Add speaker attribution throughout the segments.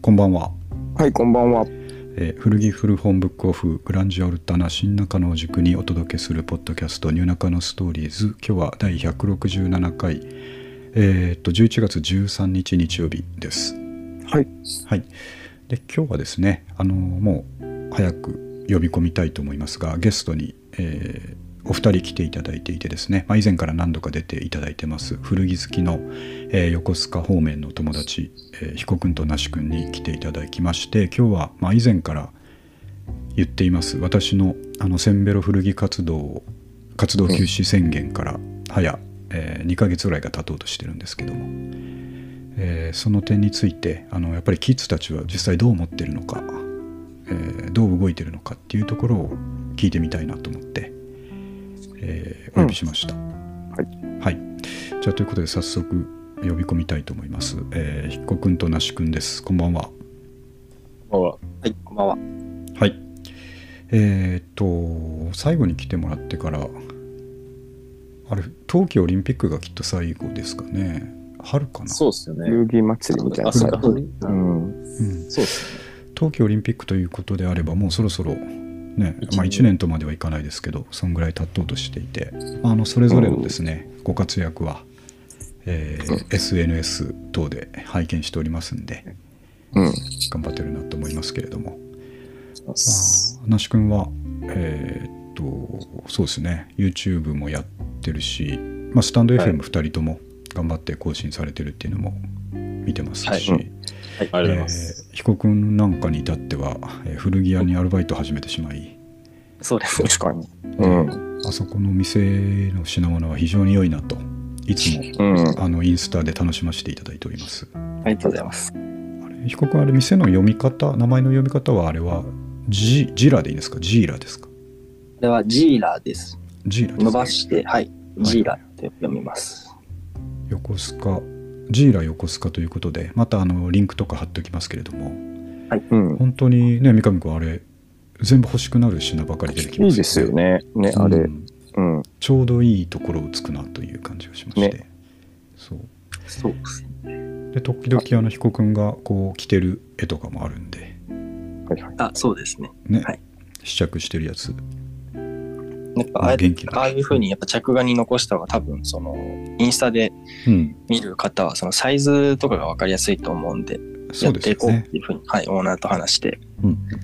Speaker 1: こんばんは、
Speaker 2: はい、こんばんは。
Speaker 1: えー古着古本ブックオフグランジオルタナ新中野を軸にお届けするポッドキャスト「ニューナカのストーリーズ」今日は第167回えーっと11月13日日曜日です
Speaker 2: はい。
Speaker 1: はい、で今日はですねあのもう早く呼び込みたいと思いますがゲストに、えーお二人来ていただいていてですね、まあ、以前から何度か出ていただいてます古着好きの、えー横須賀方面の友達、えー彦君と那須君に来ていただきまして今日は、まあ、以前から言っています私のあのセンベロ古着活動を活動休止宣言から早、え2ヶ月ぐらいが経とうとしてるんですけども、えーその点についてあのやっぱりキッズたちは実際どう思ってるのか、えーどう動いてるのかっていうところを聞いてみたいなと思って、えーお呼びしました。はい、じゃあということで早速呼び込みたいと思います。えー、ひっこくんとなしくんです。こんばんは。
Speaker 2: こんばんは。
Speaker 3: はい、こんばんは。
Speaker 1: はい。えーっと最後に来てもらってからあれ冬季オリンピックがきっと最後ですかね。春かな。
Speaker 3: そうっすよね。
Speaker 2: 遊戯祭りみたいな。
Speaker 3: あ、そうか。そう
Speaker 2: うん。
Speaker 1: うん
Speaker 3: っす
Speaker 1: 冬季オリンピックということであればもうそろそろ、ね
Speaker 3: 一年
Speaker 1: まあ、1年とまではいかないですけどそんぐらい経とうとしていてあのそれぞれのですね、ご活躍は、えー SNS 等で拝見しておりますんで
Speaker 2: うん。
Speaker 1: 頑張ってるなと思いますけれども、
Speaker 3: ね。
Speaker 1: まあ、那須君はえーっとそうですね YouTube もやってるし、まあ、スタンド
Speaker 2: はい
Speaker 1: FM2 人とも頑張って更新されてるっていうのも見てますし。
Speaker 2: はい
Speaker 3: はい、ありがとうございます。
Speaker 1: えー彦君なんかに至っては、えー古着屋にアルバイトを始めてしまい、
Speaker 3: そうですね。
Speaker 2: 確かに。うん。
Speaker 1: あそこの店の品物は非常に良いなといつも
Speaker 2: うん。
Speaker 1: あのインスタで楽しませていただいております
Speaker 3: ありがとうございます。
Speaker 1: あれ彦君あれ店の読み方名前の読み方はあれはジジラでいいんですかジーラですか
Speaker 3: これはジーラです。
Speaker 1: ジーラですか
Speaker 3: 伸ばして、はい、ジーラって読みます。
Speaker 1: 横須賀ジーラ横須賀ということでまたあのリンクとか貼っておきますけれども
Speaker 2: うん。
Speaker 1: 本当にね三上君あれ全部欲しくなる品ばかり出てき
Speaker 2: い
Speaker 1: ます
Speaker 2: いですよね。ね、
Speaker 1: うん
Speaker 2: あれ。うん。
Speaker 1: ちょうどいいところをつくなという感じがしまして、そう
Speaker 3: そうですね。
Speaker 1: で時々あの彦君がこう着てる絵とかもあるんで
Speaker 2: はいはい。
Speaker 3: あ、そうですね。
Speaker 1: ね、
Speaker 3: はい
Speaker 1: 試着してるやつ
Speaker 3: やっぱああや
Speaker 1: 元気な
Speaker 3: ああいう風にやっぱ着画に残した方が多分そのインスタで
Speaker 1: うん
Speaker 3: 見る方はそのサイズとかが分かりやすいと思うんで
Speaker 1: そ
Speaker 3: や
Speaker 1: う
Speaker 3: っ
Speaker 1: です
Speaker 3: てい
Speaker 1: よ
Speaker 3: こうっ
Speaker 1: ね
Speaker 3: ていう風にはいオーナーと話して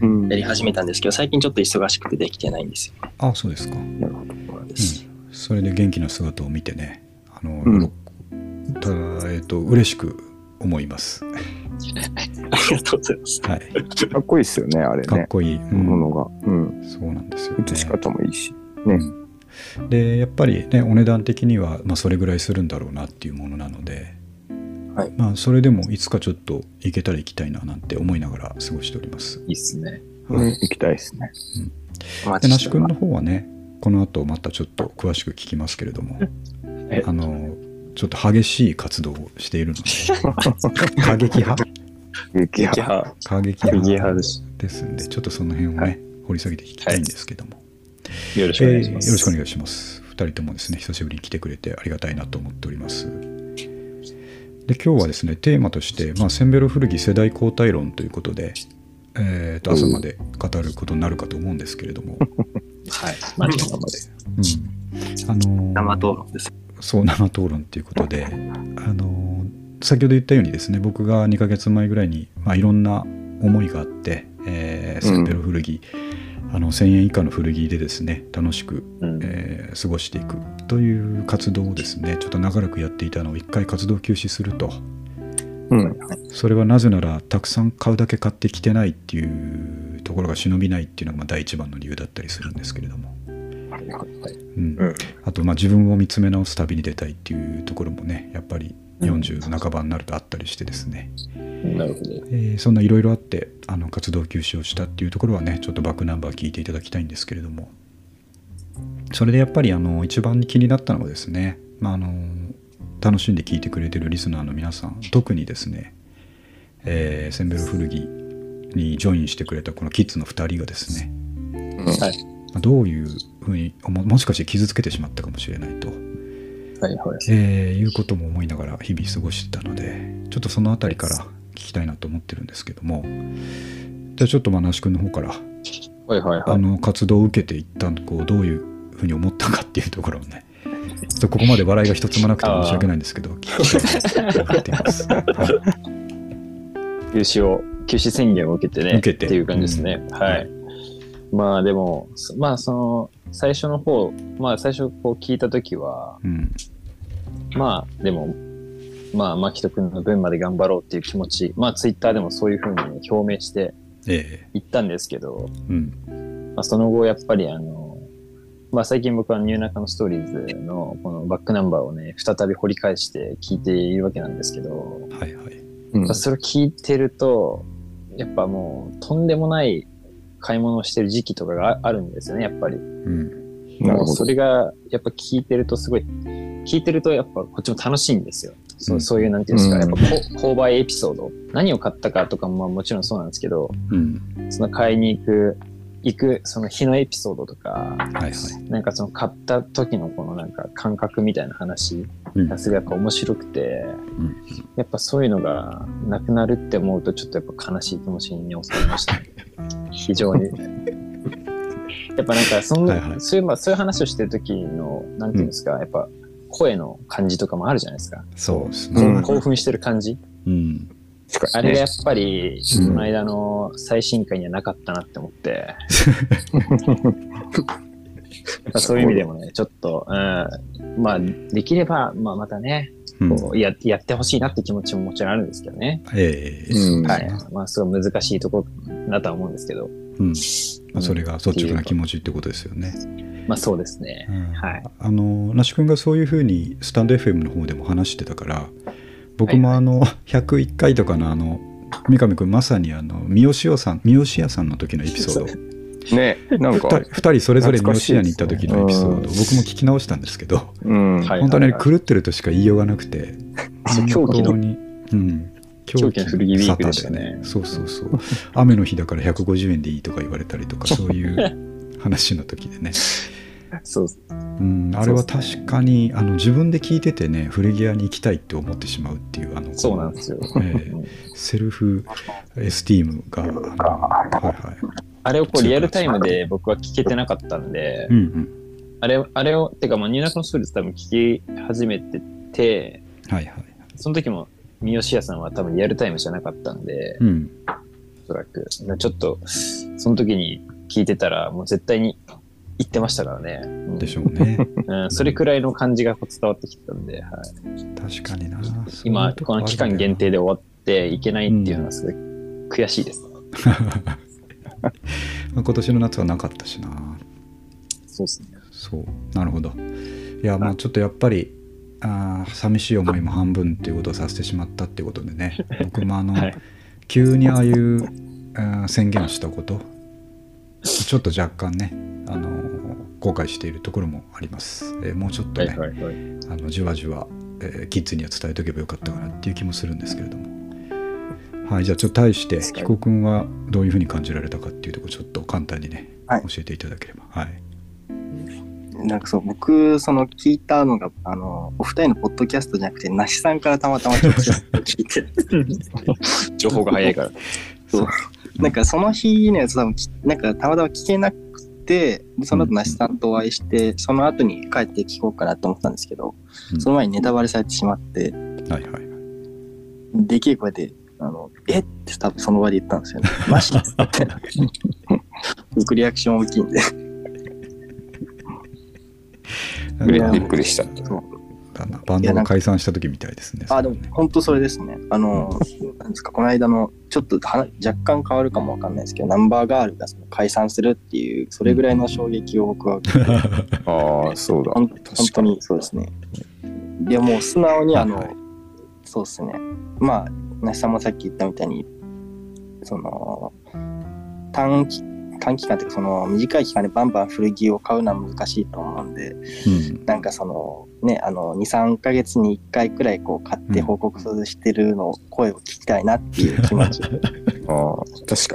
Speaker 2: うん
Speaker 3: やり始めたんですけど最近ちょっと忙しくてできてないんですよ。
Speaker 1: あそうですか
Speaker 3: なるほど。そうなんです。
Speaker 1: それで元気な姿を見てねあの、
Speaker 2: うん
Speaker 1: 喜たえっと嬉しく思いますは
Speaker 3: ありがとうございます。
Speaker 1: い
Speaker 2: かっこいいですよね、あれ
Speaker 1: かっ
Speaker 2: ね。
Speaker 1: こいい、うん
Speaker 2: ものが。うん。
Speaker 1: そうなんですよ、ね、
Speaker 2: 写し方もいいし。
Speaker 1: でやっぱりねお値段的には、まあ、それぐらいするんだろうなっていうものなので、
Speaker 3: はい
Speaker 1: まあ、それでもいつかちょっと行けたら行きたいななんて思いながら過ごしております。
Speaker 3: いいっすね。
Speaker 2: う
Speaker 1: は
Speaker 2: ん。
Speaker 1: い
Speaker 2: 行きたいですね。
Speaker 3: お
Speaker 1: で
Speaker 3: 待
Speaker 1: 那
Speaker 3: ちし
Speaker 1: 須
Speaker 3: ており
Speaker 1: 君
Speaker 3: ます
Speaker 1: の方はねこの後またちょっと詳しく聞きますけれども
Speaker 3: え
Speaker 1: あのちょっと激しい活動をしているの で過激派
Speaker 2: 激
Speaker 3: 撃
Speaker 2: 派。
Speaker 3: 破
Speaker 1: 過激
Speaker 3: 撃
Speaker 1: 派
Speaker 3: 破です。
Speaker 1: ですんでちょっとその辺をね、
Speaker 3: はい
Speaker 1: 掘り下げていきたいんですけども、
Speaker 3: よろ
Speaker 1: えーよろしくお願いします。2人ともですね、久しぶりに来てくれてありがたいなと思っております。で、今日はですね、テーマとして、まあ、センベロ古着世代交代論ということで、えーと、朝まで語ることになるかと思うんですけれど も、
Speaker 3: はい。マジで
Speaker 1: うん、あのー
Speaker 3: 生討論です。
Speaker 1: そう生討論ということで、あの先ほど言ったようにですね僕が2ヶ月前ぐらいに、まあ、いろんな思いがあって、えーセンベロ古着、あの1,000円以下の古着でですね楽しく、
Speaker 3: うん。
Speaker 1: えー過ごしていくという活動をですねちょっと長らくやっていたのを一回活動休止すると
Speaker 2: うん。
Speaker 1: それはなぜならたくさん買うだけ買ってきてないっていうところが忍びないっていうのがまあ第一番の理由だったりするんですけれども。
Speaker 2: はいはいはい。
Speaker 1: うん
Speaker 3: うん
Speaker 1: あとまあ自分を見つめ直す旅に出たいっていうところもねやっぱり
Speaker 3: うん
Speaker 1: 40半ばになるとあったりしてですね、
Speaker 3: なるほど。
Speaker 1: えーそんないろいろあってあの活動休止をしたっていうところはねちょっとバックナンバー聞いていただきたいんですけれどもそれでやっぱりあの一番気になったのはですね、まあ、あの楽しんで聞いてくれてるリスナーの皆さん特にですね、えーセンベロ古着にジョインしてくれたこのキッズの2人がですね
Speaker 3: はい。
Speaker 1: どういうふうにももしかして傷つけてしまったかもしれないと
Speaker 3: はいはい。
Speaker 1: えーいうことも思いながら日々過ごしてたのでちょっとそのあたりからきたいなと思ってるんですけどもじゃあちょっとまなし君の方から
Speaker 3: はいはい
Speaker 1: あ
Speaker 3: はい。
Speaker 1: の活動を受けて一旦こうどういうふうに思ったかっていうところをねちょっとここまで笑いが一つもなくて申し訳ないんですけど聞きたいと思っています、はい
Speaker 4: 休止を、休止宣言を受けてね。
Speaker 1: 受けて
Speaker 4: っていう感じですね。
Speaker 1: うん
Speaker 4: はい。まあでも、そまあその、最初の方、まあ最初こう聞いた時は、
Speaker 1: うん
Speaker 4: まあでも、まあ、牧人君の分まで頑張ろうっていう気持ち、まあツイッターでもそういうふうに表明して
Speaker 1: え
Speaker 4: いったんですけど、
Speaker 1: えうん
Speaker 4: まあ、その後やっぱりあの、まあ最近僕はニューナカのストーリーズのこのバックナンバーをね、再び掘り返して聞いているわけなんですけど、
Speaker 1: はいはい
Speaker 2: うん
Speaker 4: まあ、それを聞いてると、やっぱもうとんでもない買い物をしてる時期とかがああるんですよね、やっぱり。
Speaker 1: うん
Speaker 2: なる
Speaker 4: も
Speaker 2: ほ
Speaker 4: うそ
Speaker 2: ど。
Speaker 4: れが、やっぱ聞いてるとすごい、聞いてるとやっぱこっちも楽しいんですよ。そううんそういう、なんていうんですか、
Speaker 2: うん
Speaker 4: やっぱこ購買エピソード。何を買ったかとかもまあもちろんそうなんですけど、
Speaker 1: うん
Speaker 4: その買いに行く、行く、その日のエピソードとか、
Speaker 1: はいはい
Speaker 4: なんかその買った時のこのなんか感覚みたいな話
Speaker 1: うん
Speaker 4: がすごいやっぱ面白くて、
Speaker 1: ん
Speaker 4: やっぱそういうのがなくなるって思うとちょっとやっぱ悲しい気持ちに襲いました、 ね、非常に。やっぱなんかそん、
Speaker 1: はいはい
Speaker 4: そういう、まあ、そういう話をしてる時の、なんていうんですか、やっぱ声の感じとかもあるじゃないですか。
Speaker 1: そうです
Speaker 2: う
Speaker 1: ね
Speaker 2: ん
Speaker 4: 興奮してる感じ。
Speaker 1: うん
Speaker 2: 確か
Speaker 4: あ
Speaker 2: に
Speaker 4: れが
Speaker 2: ね
Speaker 4: やっぱり、
Speaker 2: うん
Speaker 4: この間の最新回にはなかったなって思って、やっぱそういう意味でもね、ちょっと、うん、まあ、できれば、まあ、またね、
Speaker 1: うん
Speaker 4: こうややってほしいなって気持ちももちろんあるんですけどね。
Speaker 1: ええ
Speaker 2: うん
Speaker 4: は
Speaker 1: そうですね
Speaker 4: い。まあ、すごい難しいところだとは思うんですけど、
Speaker 1: うんまあ、それが率直な気持ちってことですよね。
Speaker 4: まあ、そうですね。
Speaker 1: うん
Speaker 4: はい
Speaker 1: あの那須君がそういうふうにスタンド FM の方でも話してたから僕も
Speaker 4: は
Speaker 1: あの、101回とかのあの三上君まさにあの三好屋さん三好屋さんの時のエピソード
Speaker 3: ね、なんか、
Speaker 1: 2人それぞれ
Speaker 3: 懐
Speaker 1: 三
Speaker 3: かし
Speaker 1: 好
Speaker 3: いですね
Speaker 1: 屋に行った時のエピソード、僕も聞き直したんですけど
Speaker 2: うん。
Speaker 4: はい
Speaker 1: 本当にあれ
Speaker 4: はい
Speaker 1: 狂ってるとしか言いようがなくて
Speaker 4: そう狂気の
Speaker 1: 本当にうん
Speaker 4: 狂気の古着ウィークでしたね
Speaker 1: 沙汰そうそうそう雨の日だから150円でいいとか言われたりと かそういう話の時でね
Speaker 4: そう
Speaker 1: うん、あれは
Speaker 4: そうです
Speaker 1: 確かに、あの自分で聞いててね古着屋に行きたいって思ってしまうっていうあの
Speaker 4: そうなんですよ。
Speaker 1: ええ
Speaker 4: うん
Speaker 1: セルフエスティームがあのはいはい
Speaker 4: あれをこうリアルタイムで僕は聞けてなかったんで
Speaker 1: う、ん
Speaker 4: あれあれを、てか、まあ、ニューナカのストーリーズ多分聞き始めてて、
Speaker 1: うんはいはい
Speaker 4: その時も三好屋さんは多分リアルタイムじゃなかったんで、
Speaker 1: うん
Speaker 4: おそらく。ちょっと、その時に聞いてたら、もう絶対に言ってましたからね。うん
Speaker 1: でしょう ね
Speaker 4: うん、それくらいの感じがこう伝わってきてたんで、はい、
Speaker 1: 確かにな
Speaker 4: 今、この期間限定
Speaker 1: で
Speaker 4: で終わっていけないっていうのはすごい悔しいです。
Speaker 1: 今年の夏はなかったしな
Speaker 4: そうですね。
Speaker 1: そうなるほどいやまあちょっとやっぱりあー寂しい思いも半分っていうことをさせてしまったっていうことで ね僕もあの、
Speaker 4: はい
Speaker 1: 急にああいうあー宣言をしたことちょっと若干ねあのー後悔しているところもあります、えーもうちょっとね、
Speaker 4: いはい。
Speaker 1: あのじわじわ、えーキッズには伝えとけばよかったかなっていう気もするんですけれどもはいじゃあちょっと対して
Speaker 4: はい
Speaker 1: 彦君はどういうふうに感じられたかっていうところちょっと簡単にね、
Speaker 2: はい
Speaker 1: 教えていただければはい
Speaker 2: なんかそう、僕、その聞いたのが、あの、お二人のポッドキャストじゃなくて、なしさんからたまたま直接聞いて、
Speaker 4: 情報が早い から。
Speaker 2: そうなんかその日のやつ多分き、なんかたまたま聞けなくて、その後なしさんとお会いして、その後に帰って聞こうかなと思ったんですけど、
Speaker 1: うん
Speaker 2: その前にネタバレされてしまって、
Speaker 1: はいはい
Speaker 2: でけえ声で、あの、えって多分その場で言ったんですよね。マジって言 って。僕リアクション大きいんで。
Speaker 3: び
Speaker 2: や
Speaker 3: っくりした。
Speaker 1: だなバンドが解散した時みたいですね
Speaker 2: あ、でも
Speaker 1: それね
Speaker 2: 本当それですね。あの、なんですか、この間の、ちょっとは若干変わるかもわかんないですけど、ナンバーガールがその解散するっていう、それぐらいの衝撃を僕は受けて、
Speaker 3: ああ、そうだ。
Speaker 2: ほん本
Speaker 3: か
Speaker 2: 当にそうですね。でもう素直に、あの、
Speaker 1: はいは
Speaker 2: そうですね。まあ、那須さんもさっき言ったみたいに、その、短期、短期間っていうかその短い期間でバンバン古着を買うのは難しいと思うん で、
Speaker 1: うん
Speaker 2: なんかそのね、あの、2、3ヶ月に1回くらいこう買って報告してるのを、声を聞きたいなっていう気持ち。
Speaker 3: ああ、確か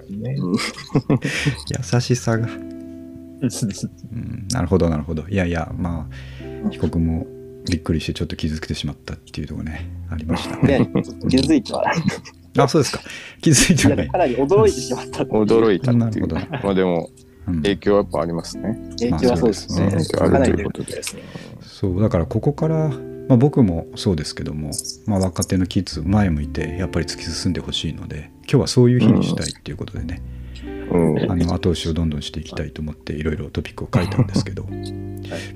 Speaker 3: にね。
Speaker 1: 優しさが、うん、なるほどなるほどいやいやまあ被告も びっくりしてちょっと傷つけてしまったっていうところねありましたね
Speaker 2: で、気づいては
Speaker 1: あ、そうですか。気づいてもない。
Speaker 2: かなり驚いてし まった。
Speaker 3: 驚いたっていう。
Speaker 1: なるほ
Speaker 3: まあでも、
Speaker 1: うん
Speaker 3: 影響はやっぱありますね。
Speaker 2: 影響はそうですね。
Speaker 1: ま
Speaker 3: そう
Speaker 1: あ
Speaker 3: ですね
Speaker 2: かなり出
Speaker 3: ということで
Speaker 2: ですね。
Speaker 1: そうだからここから、まあ、僕もそうですけども、まあ、若手のキッズ前向いてやっぱり突き進んでほしいので今日はそういう日にしたいっていうことでね、
Speaker 3: うん。
Speaker 1: あの後押しをどんどんしていきたいと思っていろいろトピックを書いたんですけど、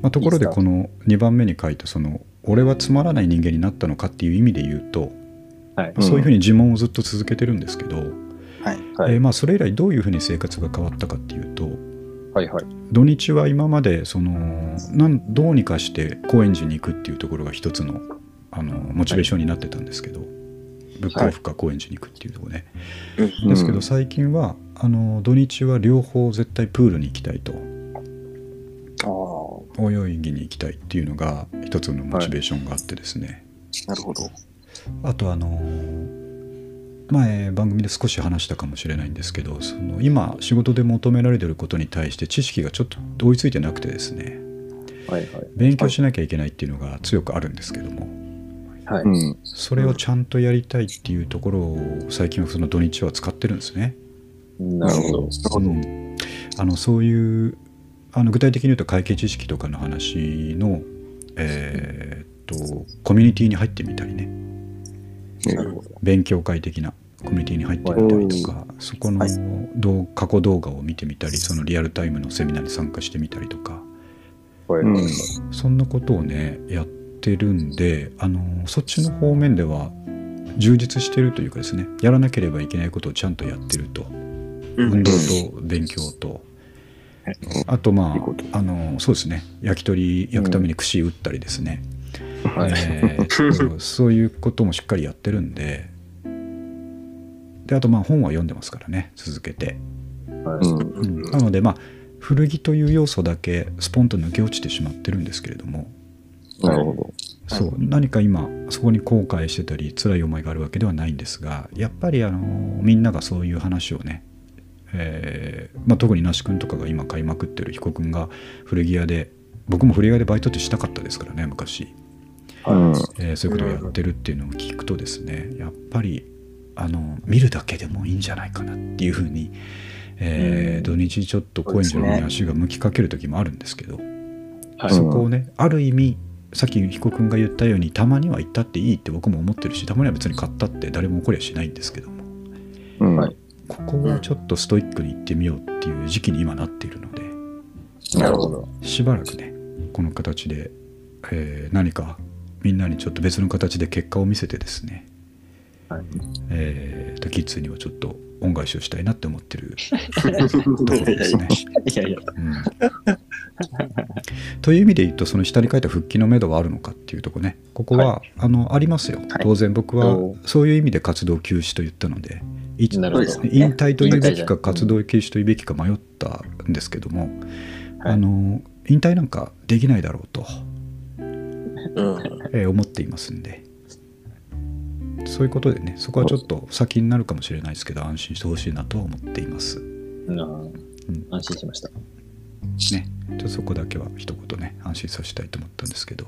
Speaker 1: まあ、ところでこの2番目に書いたその「俺はつまらない人間になったのか」っていう意味で言うと、
Speaker 4: はい
Speaker 1: そういうふうに自問をずっと続けてるんですけど、
Speaker 4: はい
Speaker 1: えーまあ、それ以来どういうふうに生活が変わったかっていうと、
Speaker 4: はいはい。
Speaker 1: 土日は今までそのなんどうにかして高円寺に行くっていうところが一つのあのモチベーションになってたんですけど、ブックオフか高円寺に行くっていうところね、
Speaker 3: うん
Speaker 1: ですけど最近はあの土日は両方絶対プールに行きたいと
Speaker 2: あ
Speaker 1: 泳ぎに行きたいっていうのが一つのモチベーションがあってですね、
Speaker 2: あ、なるほど。
Speaker 1: あとあの前番組で少し話したかもしれないんですけどその今仕事で求められてることに対して知識がちょっと追いついてなくてですね
Speaker 4: はいはい。
Speaker 1: 勉強しなきゃいけないっていうのが強くあるんですけども
Speaker 4: はい。
Speaker 3: うん。
Speaker 1: それをちゃんとやりたいっていうところを最近はその土日は使ってるんですね。
Speaker 4: なるほ
Speaker 3: なる
Speaker 4: ど。
Speaker 1: うんあのそういうあの具体的に言うと会計知識とかの話の、えーっとコミュニティに入ってみたりね
Speaker 4: なるほど。
Speaker 1: 勉強会的なコミュニティに入ってみたりとかそこの
Speaker 2: はい
Speaker 1: 動過去動画を見てみたりそのリアルタイムのセミナーに参加してみたりとか。
Speaker 4: はい
Speaker 3: うん
Speaker 1: そんなことをねやってるんであのそっちの方面では充実してるというかですねやらなければいけないことをちゃんとやってると運動と勉強とあとま
Speaker 3: いいこと
Speaker 1: ああのそうですね焼き鳥焼くために串打ったりですね、
Speaker 4: はい
Speaker 1: えーそういうこともしっかりやってるんでであとまあ本は読んでますからね続けて、
Speaker 4: は
Speaker 3: う
Speaker 4: い。
Speaker 3: ん。
Speaker 1: うんなのでまあ古着という要素だけスポンと抜け落ちてしまってるんですけれども、
Speaker 3: なるほど。
Speaker 1: そう何か今そこに後悔してたり辛い思いがあるわけではないんですがやっぱりあのみんながそういう話をね、えーまあ、特に那須君とかが今買いまくってる彦君が古着屋で僕も古着屋でバイトってしたかったですからね昔、
Speaker 3: うん。
Speaker 1: えーそういうことをやってるっていうのを聞くとですねやっぱりあの見るだけでもいいんじゃないかなっていうふうに、えー土日ちょっと高円寺の方に足が向きかける時もあるんですけど。
Speaker 4: はい
Speaker 1: そこをね、ある意味さっき彦君が言ったようにたまには行ったっていいって僕も思ってるしたまには別に買ったって誰も怒りはしないんですけども
Speaker 3: うん。
Speaker 4: はい
Speaker 1: ここはちょっとストイックに行ってみようっていう時期に今なっているので
Speaker 3: な
Speaker 4: な
Speaker 3: る
Speaker 4: る
Speaker 3: ほど。
Speaker 4: ほど。
Speaker 1: しばらくねこの形で、えー何かみんなにちょっと別の形で結果を見せてですね、
Speaker 4: はい
Speaker 1: えーとキッズにはちょっと恩返しをしたいなって思ってるところですね
Speaker 2: う。
Speaker 4: いやいや。
Speaker 1: うんという意味で言うとその下に書いた復帰のめどはあるのかっていうとこねここは、あのありますよ、当然僕は
Speaker 4: お
Speaker 1: そういう意味で活動休止と言ったのでい
Speaker 4: なるほど
Speaker 1: そうですね引退というべき
Speaker 4: 引退じゃ
Speaker 1: か
Speaker 4: ん
Speaker 1: 活動休止というべきか迷ったんですけども、
Speaker 4: はい
Speaker 1: あの引退なんかできないだろうと、
Speaker 2: ん。
Speaker 1: えー思っていますんでそういうことでねそこはちょっと先になるかもしれないですけど安心してほしいなとは思っています。
Speaker 4: な安心しました。
Speaker 1: ね、ちょっとそこだけは一言ね安心させたいと思ったんですけど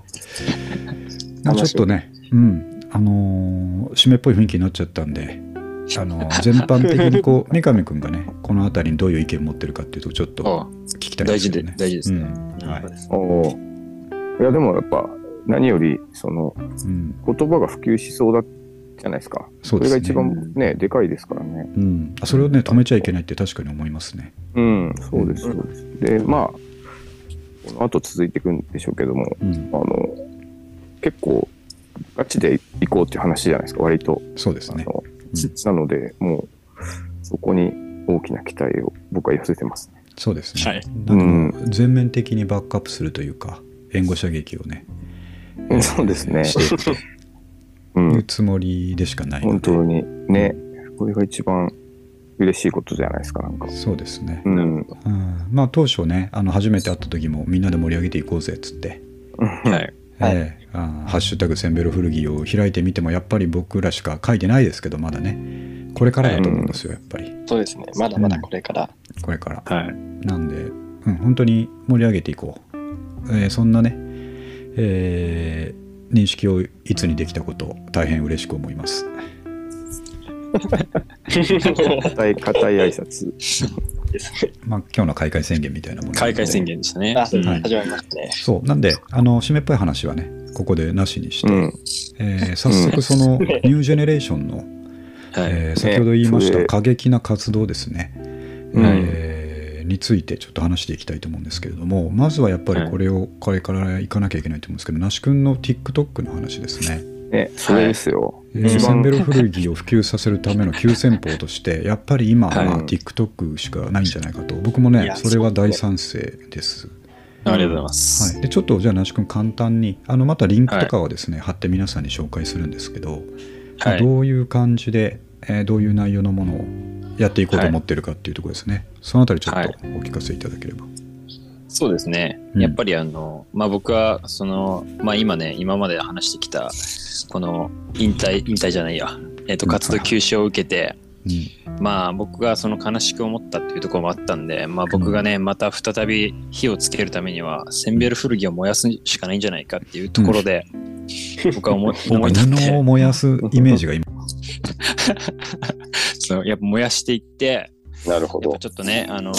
Speaker 1: まあ
Speaker 2: 楽
Speaker 1: ちょっ
Speaker 2: しい
Speaker 1: とね、うんあのー締めっぽい雰囲気になっちゃったんで、あのー全般的にこう三上君がねこの辺りにどういう意見を持ってるかっていうとちょっと
Speaker 3: あ
Speaker 1: 聞きたいですよね。
Speaker 4: 大事で
Speaker 1: う
Speaker 4: すね。
Speaker 1: んはい
Speaker 3: あ。おお。いや、でもやっぱ、何より、その、
Speaker 1: うん、
Speaker 3: 言葉が普及しそうだじゃないですか。
Speaker 1: そう
Speaker 3: そ
Speaker 1: で
Speaker 3: れ
Speaker 1: す
Speaker 3: が
Speaker 1: ね
Speaker 3: 一番ね、でかいですからね。
Speaker 1: うん、あそれをね止めちゃいけないって確かに思いますね。
Speaker 3: うん、そうです、そうです。で、まあ、この後続いていくんでしょうけども、
Speaker 1: うん、
Speaker 3: あの、結構、ガチで行こうっていう話じゃないですか、割と。
Speaker 1: そうです
Speaker 3: あ
Speaker 1: ね。
Speaker 3: の
Speaker 1: うん
Speaker 3: なので、もう、そこに大きな期待を僕は寄せてますね。
Speaker 1: そうですね。
Speaker 4: はい
Speaker 1: なんかもう全面的にバックアップするというか援護射撃をね、
Speaker 3: うんそうですね
Speaker 1: していく
Speaker 3: う、
Speaker 1: いうんつもりでしかないの
Speaker 3: 本
Speaker 1: で、
Speaker 3: 当にね、これが一番嬉しいことじゃないですか、なんか。
Speaker 1: そうですね
Speaker 3: う。ん、
Speaker 1: うん、まあ当初ねあの初めて会った時もみんなで盛り上げていこうぜっつって
Speaker 4: は
Speaker 1: 「
Speaker 4: い。
Speaker 2: はい
Speaker 1: ええあーハッシュタグセンベロ古着」を開いてみてもやっぱり僕らしか書いてないですけどまだねこれからだと思うんですよやっぱり
Speaker 2: そうですね。まだまだこれから。
Speaker 1: これから
Speaker 4: はい。
Speaker 1: なんで、うん、本当に盛り上げていこう、えーそんなね、えー認識をいつにできたこと大変嬉しく思います
Speaker 3: 硬い、硬い挨拶。
Speaker 2: ですね。
Speaker 1: まあ、今日の開会宣言みたいなもの、
Speaker 4: 開会宣言でしたね。
Speaker 2: あ、始
Speaker 4: うん
Speaker 2: まりましたね。
Speaker 1: そうなんであの締めっぽい話はねここでなしにして、
Speaker 3: うん。
Speaker 1: えー早速そのニュージェネレーションの、
Speaker 4: はい。
Speaker 1: えー先ほど言いました
Speaker 3: ね
Speaker 1: 過激な活動ですね、
Speaker 3: うん
Speaker 1: えーについてちょっと話していきたいと思うんですけれどもまずはやっぱりこれをこれからいかなきゃいけないと思うんですけど那須君の TikTok の話ですね。
Speaker 3: ね、それですよ。
Speaker 1: えー
Speaker 3: 一番
Speaker 1: センベロ古着を普及させるための急先鋒としてやっぱり今は
Speaker 3: はい
Speaker 1: TikTok しかないんじゃないかと僕も
Speaker 2: い
Speaker 1: ね
Speaker 2: や
Speaker 1: それは大賛成です。
Speaker 4: ありがとうございます。
Speaker 1: はい、でちょっとじゃあ那須君簡単にあのまたリンクとかはですね、貼って皆さんに紹介するんですけど、まあ
Speaker 4: はい。
Speaker 1: どういう感じで、えーどういう内容のものをやっていこうと思ってるかっていうところですね、そのあたりちょっと
Speaker 4: はい
Speaker 1: お聞かせいただければ、
Speaker 4: そうですね
Speaker 1: う。ん
Speaker 4: やっぱりあの、まあ僕は、その、まあ今ね、今まで話してきた、この引退、引退じゃないや、えっと、活動休止を受けて、まあ僕がその悲しく思ったっていうところもあったんで、まあ僕がね、また再び火をつけるためには、センベル古着を燃やすしかないんじゃないかっていうところで、僕は思い
Speaker 1: うん、
Speaker 4: 思い立
Speaker 1: なん
Speaker 4: っ
Speaker 1: か布
Speaker 4: て
Speaker 1: を、燃やすイメージが今
Speaker 4: そのやっぱ燃やしていって、
Speaker 5: なるほ
Speaker 4: やっぱ。ちょっとね、あの、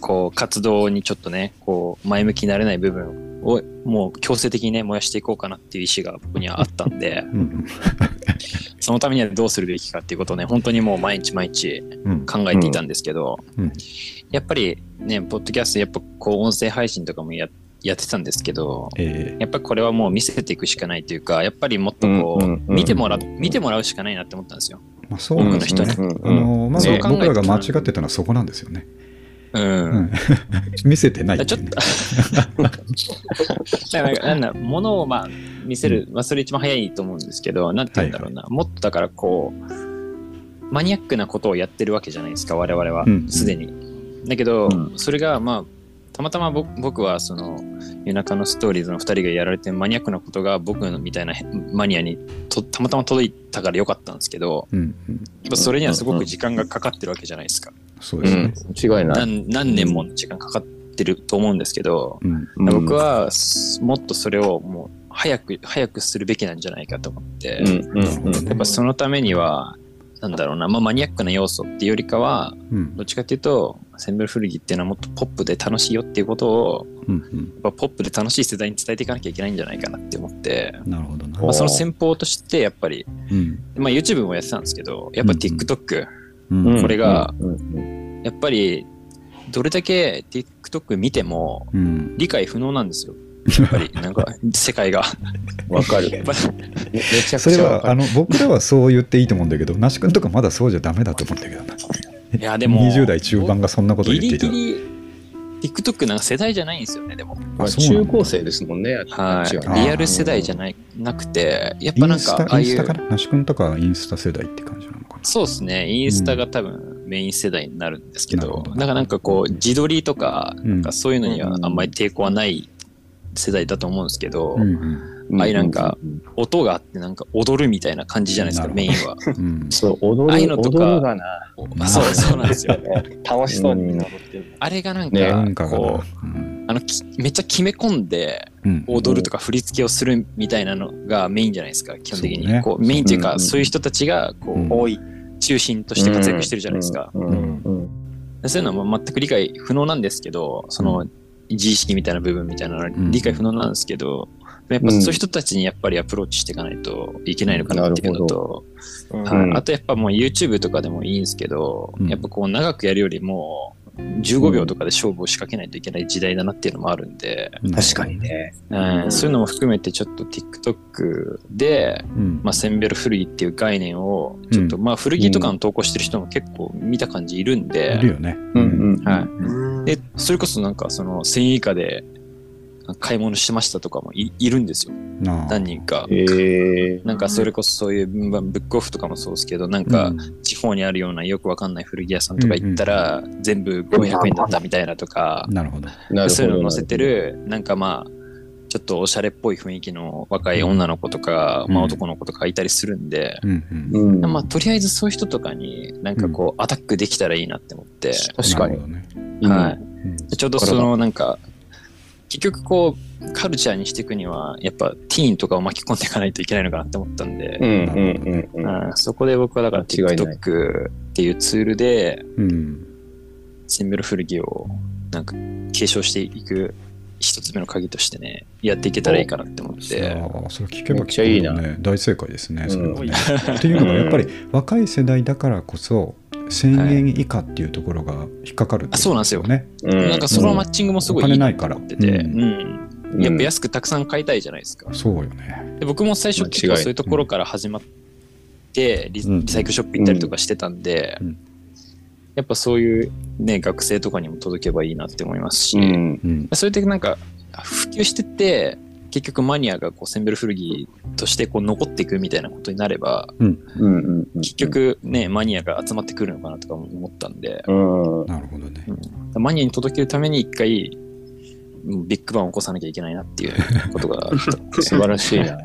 Speaker 4: こう、活動にちょっとね、こう、前向きになれない部分を、もう強制的にね、燃やしていこうかなっていう意思が僕にはあったんで、
Speaker 1: うん
Speaker 4: そのためにはどうするべきかっていうことをね、本当にもう毎日毎日
Speaker 1: うん
Speaker 4: 考えていたんですけど、
Speaker 1: うんうん
Speaker 4: やっぱりね、ポッドキャスト、やっぱこう、音声配信とかもややってたんですけど、
Speaker 1: え
Speaker 4: やっぱりこれはもう見せていくしかないというか、やっぱりもっとこう、
Speaker 3: うんうんうん
Speaker 4: 見てもら、見てもらうしかないなって思ったんですよ。
Speaker 1: ーまあ、そうなんですよね、
Speaker 3: うんうん
Speaker 1: あのまず
Speaker 4: そう考え
Speaker 1: 僕
Speaker 4: て
Speaker 1: らが間違ってたのはそこなんですよね、
Speaker 4: うん
Speaker 1: うん 見せてないって
Speaker 4: ち
Speaker 1: い
Speaker 4: ょっ
Speaker 1: うね
Speaker 4: と、だからなんだ、ものをまあ見せる、まあ、それ一番早いと思うんですけど、なんて言うんだろうな、もっとだからこう、マニアックなことをやってるわけじゃないですか、我々は
Speaker 1: うん、
Speaker 4: すでに。だけど、
Speaker 3: う
Speaker 4: それがまあ、たまたま僕僕はその、夜中のストーリーズの2人がやられてるマニアックなことが僕みたいなへマニアにとたまたま届いたからよかったんですけど、
Speaker 1: うんうん、
Speaker 4: やっぱそれにはすごく時間がかかってるわけじゃないですか。
Speaker 1: そう
Speaker 5: う
Speaker 1: です
Speaker 5: ん
Speaker 1: ね、、
Speaker 5: 違いない。
Speaker 4: 何何年もの時間かかってると思うんですけど、
Speaker 1: うん
Speaker 4: 僕、はすもっとそれをもう早く早くするべきなんじゃないかと思って、
Speaker 5: うん
Speaker 4: や
Speaker 5: うん
Speaker 1: うん
Speaker 5: うん。
Speaker 4: っぱそのためにはなんだろうな、まあ、マニアックな要素っていうよりかは
Speaker 1: うん
Speaker 4: どっちかっていうとセンベル古着っていうのはもっとポップで楽しいよっていうことを
Speaker 1: うん
Speaker 4: やっぱポップで楽しい世代に伝えていかなきゃいけないんじゃないかなって思って、
Speaker 1: うん、なるほどな、
Speaker 4: まあ、その先方としてやっぱり、
Speaker 1: うん
Speaker 4: まあ、YouTube もやってたんですけどやっぱ
Speaker 1: うん
Speaker 4: TikTok、
Speaker 1: うん
Speaker 5: うん
Speaker 4: これが、
Speaker 5: うんうん
Speaker 4: やっぱりどれだけ TikTok 見ても
Speaker 1: うん
Speaker 4: 理解不能なんですよやっぱりなんか世界が
Speaker 5: わかる。
Speaker 4: や
Speaker 5: め
Speaker 4: っぱり
Speaker 5: めちゃ
Speaker 1: そ
Speaker 5: く
Speaker 1: れ
Speaker 5: ちゃわ
Speaker 1: は
Speaker 5: か
Speaker 1: あ
Speaker 5: る。
Speaker 1: の僕らはそう言っていいと思うんだけど那須君とかまだそうじゃダメだと思うんだけどない
Speaker 4: や でも
Speaker 1: 20代中盤がそんなこと言
Speaker 4: ギ
Speaker 1: って
Speaker 4: リ
Speaker 1: いた
Speaker 4: ギ
Speaker 1: ら
Speaker 4: リ TikTok なんか世代じゃないんですよねでも
Speaker 5: まあ
Speaker 1: そうなんだ
Speaker 5: 中高生ですもんね。あ
Speaker 4: は
Speaker 5: っち
Speaker 1: あ
Speaker 5: ね
Speaker 1: ー
Speaker 4: いリアル世代じゃないなくてやっ
Speaker 1: イ
Speaker 4: ぱなん
Speaker 1: ンス
Speaker 4: かあ
Speaker 1: タ
Speaker 4: あ
Speaker 1: イン
Speaker 4: い
Speaker 1: スタか
Speaker 4: う
Speaker 1: な那須君とかはインスタ世代って感じなのかな
Speaker 4: そうですねインスタが多分メイン世代になるんですけ
Speaker 1: なるほ
Speaker 4: ど
Speaker 1: ど
Speaker 4: なんかなんかこう自撮りとか
Speaker 1: うん
Speaker 4: なんかそういうのにはあんまり抵抗はない世代だと思うんですけど、
Speaker 1: うんうん
Speaker 4: ああいうなんか音があってなんか踊るみたいな感じじゃないですか
Speaker 1: なる
Speaker 4: メインは
Speaker 1: うん
Speaker 5: そう、踊
Speaker 4: ああい
Speaker 5: る
Speaker 4: うのとか
Speaker 5: 踊るがな。
Speaker 4: そうそうなんですよ
Speaker 2: 楽しそうに登ってる。
Speaker 4: あれがなん
Speaker 5: ね
Speaker 4: か
Speaker 1: 文化が
Speaker 4: こ
Speaker 1: な
Speaker 4: うあのきめっちゃ決め込んで
Speaker 1: うんうん
Speaker 4: 踊るとか振り付けをするみたいなのがメインじゃないですか基本的に、
Speaker 1: そうね
Speaker 4: こうメインという
Speaker 5: うんう
Speaker 4: か
Speaker 5: ん
Speaker 4: そういう人たちがこう、
Speaker 1: うん
Speaker 2: 多い。
Speaker 4: 中心として活躍してるじゃないですか、
Speaker 5: うんうんうん
Speaker 4: でそういうのも全く理解不能なんですけどその自意識みたいな部分みたいなのは
Speaker 1: ん
Speaker 4: 理解不能なんですけど、やっぱそういう人たちにやっぱりアプローチしていかないといけないのかなっていうのと、
Speaker 2: うん
Speaker 4: はい
Speaker 5: うん
Speaker 4: あとやっぱもう YouTube とかでもいいんですけど、
Speaker 1: うん
Speaker 4: やっぱこう長くやるよりも15秒とかで勝負を仕掛けないといけない時代だなっていうのもあるんで、
Speaker 5: 確かにね。
Speaker 4: うん
Speaker 2: うん
Speaker 4: そういうのも含めてちょっと TikTok で、
Speaker 1: うん
Speaker 4: まあ、センベル古着っていう概念をちょっと、
Speaker 1: う
Speaker 4: まあ古着とかの投稿してる人も結構見た感じいるんで、
Speaker 1: いるよね
Speaker 5: うんうん。
Speaker 4: は
Speaker 2: うん
Speaker 4: い、でそれこそなんかその1000円以下で買い物してましたとかもいいるんですよ
Speaker 1: なあ
Speaker 4: 何人か。
Speaker 5: ええ。
Speaker 4: なんかそれこそそういうまあブックオフとかもそうですけどなん
Speaker 1: う
Speaker 4: か
Speaker 1: ん
Speaker 4: 地方にあるようなよくわかんない古着屋さんとか行ったら全部500円だったみたいなとか
Speaker 1: なるほど
Speaker 5: なるほど
Speaker 4: そういうの載せて。る、なんかまあ、ちょっとおしゃれっぽい雰囲気の若い女の子とか、
Speaker 1: うん
Speaker 4: まあ男の子とかいたりするんで、
Speaker 1: うんうん
Speaker 5: うん。
Speaker 4: まあとりあえずそういう人とかになんかこうアタックできたらいいなって思って、
Speaker 5: 確か
Speaker 1: なる
Speaker 5: に
Speaker 1: ほ。どね
Speaker 5: うん
Speaker 4: はい。
Speaker 1: うん
Speaker 4: でちょうどそのなんか、結局こうカルチャーにしていくにはやっぱティーンとかを巻き込んでいかないといけないのかなって思ったんで、
Speaker 5: うんうんうんうん。
Speaker 4: うんそこで僕はだから
Speaker 5: 間違いない
Speaker 4: TikTok っていうツールで
Speaker 1: うん。
Speaker 4: センベロ古着をなんか継承していく一つ目の鍵としてねやっていけたらいいかなって思って
Speaker 1: ああ、それ聞けば
Speaker 5: めっちゃい
Speaker 1: 聞
Speaker 5: い
Speaker 1: く
Speaker 5: な
Speaker 1: ほどね、大正解ですね。
Speaker 5: うん
Speaker 1: それ はねっていうのがやっぱり若い世代だからこそ1000円以下っていうところが引っかかるってい
Speaker 4: あそうなんですよ
Speaker 1: ね。
Speaker 5: な
Speaker 4: なんかそのマッチングもすごいいいなと思ってて、
Speaker 1: お金ないから
Speaker 4: うんやっぱ安くたくさん買いたいじゃないですか。
Speaker 1: そうよね。
Speaker 4: で僕も最初結
Speaker 5: 間違
Speaker 4: 構
Speaker 5: い
Speaker 4: そういうところから始まってリ,、
Speaker 1: うん
Speaker 4: サイクルショップ行ったりとかしてたんで、
Speaker 1: うん
Speaker 4: やっぱそういう、ね、学生とかにも届けばいいなって思いますし、
Speaker 3: うん。
Speaker 1: うん。
Speaker 4: それでなんか普及してって結局マニアがこうセンベル古着としてこう残っていくみたいなことになれば
Speaker 5: うんうんうん。
Speaker 4: 結局ね、マニアが集まってくるのかなとかも思ったんで
Speaker 5: うん。
Speaker 1: なるほどね。
Speaker 4: マニアに届けるために一回うんビッグバンを起こさなきゃいけないなっ ていうことが
Speaker 5: 素晴らしいな。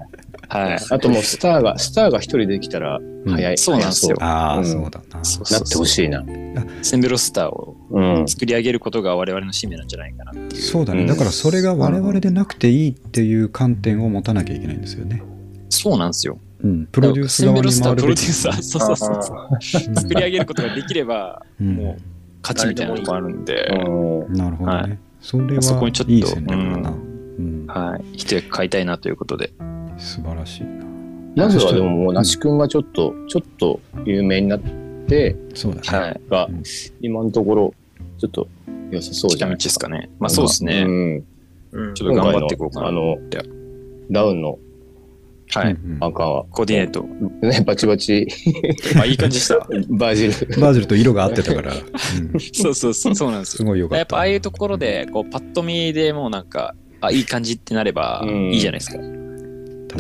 Speaker 4: はい
Speaker 5: あともうスターが、スターが一人できたら早い。
Speaker 4: そうなんですよ
Speaker 5: 早
Speaker 1: ああ、
Speaker 5: うん
Speaker 1: そうだな。
Speaker 4: そう
Speaker 5: そう
Speaker 4: そうそう
Speaker 5: なってほしいな。
Speaker 4: センベロスターを
Speaker 5: うん。
Speaker 4: 作り上げることが我々の使命なんじゃないかなっていう。
Speaker 1: そうだ
Speaker 5: う
Speaker 1: ね。
Speaker 5: ん
Speaker 1: だからそれが我々でなくていいっていう観点を持たなきゃいけないんですよね。
Speaker 4: そうなんですよ。
Speaker 1: うん。プロデュース
Speaker 4: セン
Speaker 1: 側
Speaker 4: ベロ
Speaker 1: に
Speaker 4: スター、
Speaker 1: 回
Speaker 4: プ
Speaker 1: る
Speaker 4: ロデュ
Speaker 1: べ
Speaker 4: ー
Speaker 1: き。
Speaker 4: サー、そうそうそうそう。
Speaker 1: うん
Speaker 4: 作り上げることができれば
Speaker 1: うん
Speaker 4: も勝ちみたいなとこあるんで、
Speaker 5: うん
Speaker 1: なるほど
Speaker 4: は
Speaker 1: ね。それ
Speaker 4: そこにちょっと
Speaker 1: はいい戦略だな。う
Speaker 4: う
Speaker 1: ん
Speaker 4: はい。一役買いたいなということで。
Speaker 1: 素晴らしいな。
Speaker 5: なぜはでももう、那須くんがちょっと、ちょっと有名になって、
Speaker 1: そうだね。
Speaker 4: はい。
Speaker 5: が
Speaker 1: うん、
Speaker 5: 今のところ、ちょっと良さそうじ
Speaker 4: 近
Speaker 5: ゃな
Speaker 4: 道
Speaker 5: い
Speaker 4: ですかね。まあそうですね。
Speaker 5: うん。
Speaker 4: ちょっと頑張っていこうかな。
Speaker 5: あの、ダウンの
Speaker 1: うんうん
Speaker 4: はい。
Speaker 5: アンカーは、
Speaker 4: コーディネート。
Speaker 5: ね、 バチバチ、
Speaker 4: あ、いい感じでした。
Speaker 5: バージル。
Speaker 1: バージルと色が合ってた から、うん
Speaker 4: そうそうそう。そうなんです
Speaker 1: す
Speaker 4: よ。
Speaker 1: ごいよかった。
Speaker 4: やっぱああいうところで、こう、パッと見でもうなんか、あ、いい感じってなれば
Speaker 5: うん
Speaker 4: いいじゃないですか。で